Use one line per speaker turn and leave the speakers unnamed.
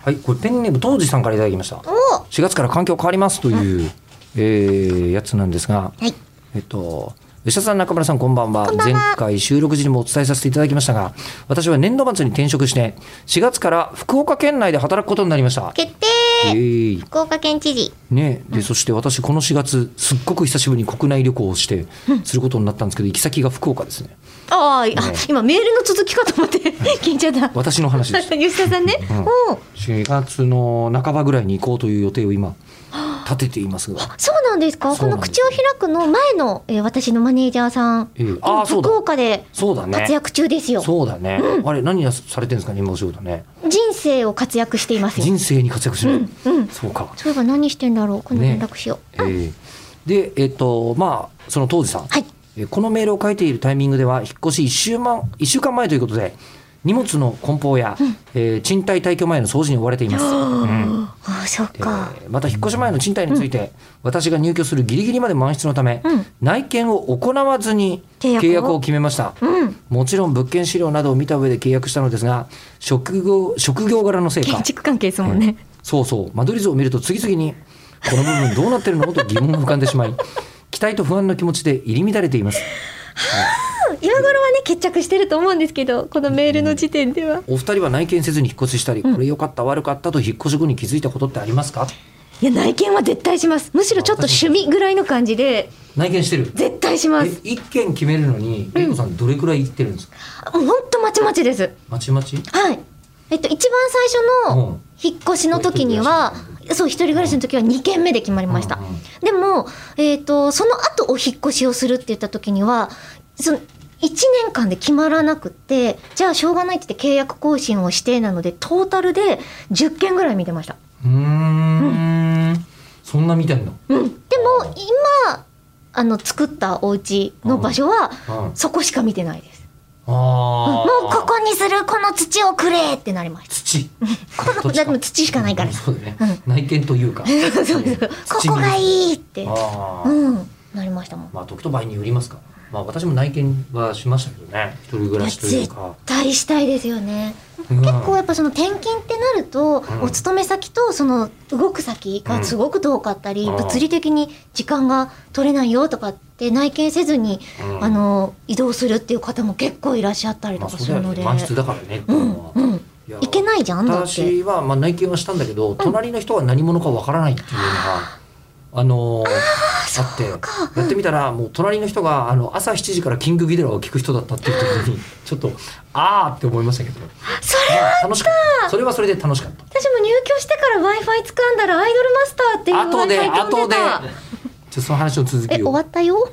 はい、これペンネーム当時さんからいただきました。
お
4月から環境変わりますという、えーやつなんですが、
はい
えっと、吉田さん、中村さん、こんばんは。
こんばん
前
は
回収録時にもお伝えさせていただきましたが、私は年度末に転職して、4月から福岡県内で働くことになりました。
決定
えー
福岡県知事
ね、でそして私、この4月、すっごく久しぶりに国内旅行をして、することになったんですけど、行き先が福岡ですね、
あーあ今メールの続きかと思って 聞いちゃった
私の話です。
吉田さんね、
うん
おう
4月の半ばぐらいに行こうという予定を今、立てていますが、
そうなんですか
そ
こ
うな
の
んです
口を開くの前の、えー私のマネージャーさん、
ええあ
今
ーそうだ
福岡で
そうだね、
活躍中ですよ、
そうだね、あれ、何されてるんですかね、今お仕事ね、
人生を活躍していますよ
人生に活躍しない、
うん
そうか、
そういえば何してんだろう今度
ね
連絡しよ
えーで、えっと、まあ、その当時さん、
う、はい
えーこのメールを書いているタイミングでは引っ越し1週間 ,1 週間前ということで荷物の梱包や、えー賃貸退去前の掃除に追われています、うん
ああそっ
で
か
また引っ越し前の賃貸について、私が入居するギリギリまで満室のため、
うん
内見を行わずに
契約を
契約を決めました
うん
もちろん物件資料などを見た上で契約したのですが職業職業柄のせいか
建築関係ですも
うんん
ね、
そうそう間取り図を見ると次々にこの部分どうなってるのと疑問が浮かんでしまい期待と不安の気持ちで入り乱れています
今頃はね決着してると思うんですけどこのメールの時点では、
お二人は内見せずに引っ越ししたり、これ良かった悪かったと引っ越し後に気づいたことってありますか
いや内見は絶対しますむしろちょっと趣味ぐらいの感じで
内見してる
絶対しま
え
す
一件決めるのに玲子さんどれくらい行ってるんですか
もうほんとまちまちです
まちまち
はいえっと一番最
う
初の
ん
引っ越しの時にはそう一人暮らしの時は2軒目で決まりました
うんうん
でも、えっとその後お引っ越しをするって言った時にはその1年間で決まらなくってじゃあしょうがないって言って契約更新をしてなのでトータルで10件ぐらい見てました
うーんそんな見てんの
うん、でも今あの作ったお家の場所は
うん
そこしか見てないです。
あ
うんも
も
うここにするこの土をくれってなりました。
土
このだって土し かないから。そ
そうだね、
う
内見というか
う そうここが
い
いいって、
あー、
うん、なりましたもん。
まあ時と場合によりますかまあ私も内見はしましたけどね一人暮らしというか
大したいですよね。
うん
結構やっぱその転勤ってなると、
うん
お勤め先とその動く先がすごく遠かったり、
うん
物理的に時間が取れないよとかって内見せずに、
うん
あの移動するっていう方も結構いらっしゃったり
ま
と
あ
か
そ
す
うだ
る
よ
の
ね
で、
満室だからねっていううんのは、
うん
や
いけないじゃんだって
私はまあ内見はしたんだけど、隣の人は何者かわからないっていうのが、あのーあってやってみたらもう隣の人があの朝7時からキングギドラを聞く人だったっていう 時にちょっとあーって思いましたけど、ま
それ
あ、楽しかったそれはそれで楽しかった
私も入居してから w i f i 掴んだらアイドルマスターっていう
後で
Wi-Fi 飛ん
後
で
で
た
ちょっとその話の続き
え終わ
を
ったよ